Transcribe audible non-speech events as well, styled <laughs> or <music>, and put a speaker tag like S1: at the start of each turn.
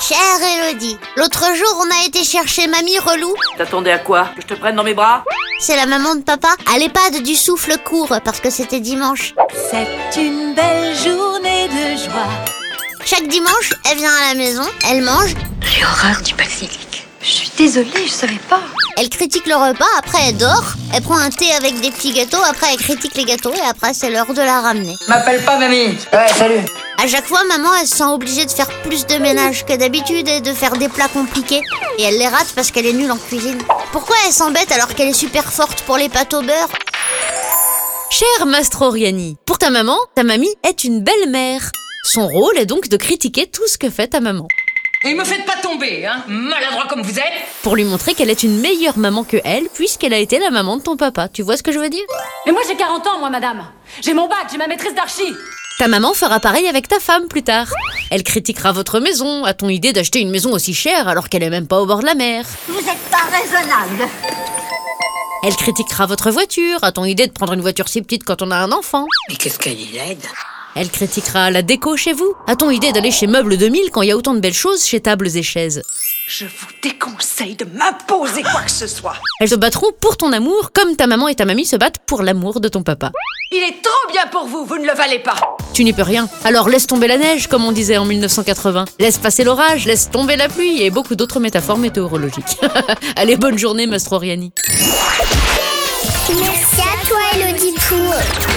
S1: Chère Elodie, l'autre jour on a été chercher Mamie Relou.
S2: T'attendais à quoi Que je te prenne dans mes bras
S1: C'est la maman de papa à l'EHPAD du souffle court parce que c'était dimanche.
S3: C'est une belle journée de joie.
S1: Chaque dimanche, elle vient à la maison, elle mange,
S4: J'ai horreur du basilic. Je suis désolée, je savais pas.
S1: elle critique le repas, après elle dort, elle prend un thé avec des petits gâteaux, après elle critique les gâteaux et après c'est l'heure de la ramener.
S2: M'appelle pas mamie
S1: À chaque fois, maman elle se sent obligée de faire plus de ménage que d'habitude et de faire des plats compliqués et elle les rate parce qu'elle est nulle en cuisine. Pourquoi elle s'embête alors qu'elle est super forte pour les pâtes au beurre
S5: Cher Mastro Oriani, pour ta maman, ta mamie est une belle-mère. Son rôle est donc de critiquer tout ce que fait ta maman.
S6: Et me faites pas tomber, hein, maladroit comme vous êtes.
S5: Pour lui montrer qu'elle est une meilleure maman que elle, puisqu'elle a été la maman de ton papa. Tu vois ce que je veux dire
S3: Mais moi j'ai 40 ans, moi madame. J'ai mon bac, j'ai ma maîtrise d'archi.
S5: Ta maman fera pareil avec ta femme plus tard. Elle critiquera votre maison, à ton idée d'acheter une maison aussi chère alors qu'elle est même pas au bord de la mer. Vous êtes pas raisonnable. Elle critiquera votre voiture, à ton idée de prendre une voiture si petite quand on a un enfant.
S6: Mais qu'est-ce qu'elle y aide
S5: Elle critiquera la déco chez vous, à ton idée d'aller chez Meubles 2000 quand il y a autant de belles choses chez tables et chaises.
S6: Je vous déconseille de m'imposer quoi que ce soit.
S5: Elles se battront pour ton amour comme ta maman et ta mamie se battent pour l'amour de ton papa.
S6: Il est trop bien pour vous, vous ne le valez pas.
S5: Tu n'y peux rien. Alors laisse tomber la neige, comme on disait en 1980. Laisse passer l'orage, laisse tomber la pluie et beaucoup d'autres métaphores météorologiques. <laughs> Allez, bonne journée, Mastroriani.
S7: Merci à toi, Elodie Pou.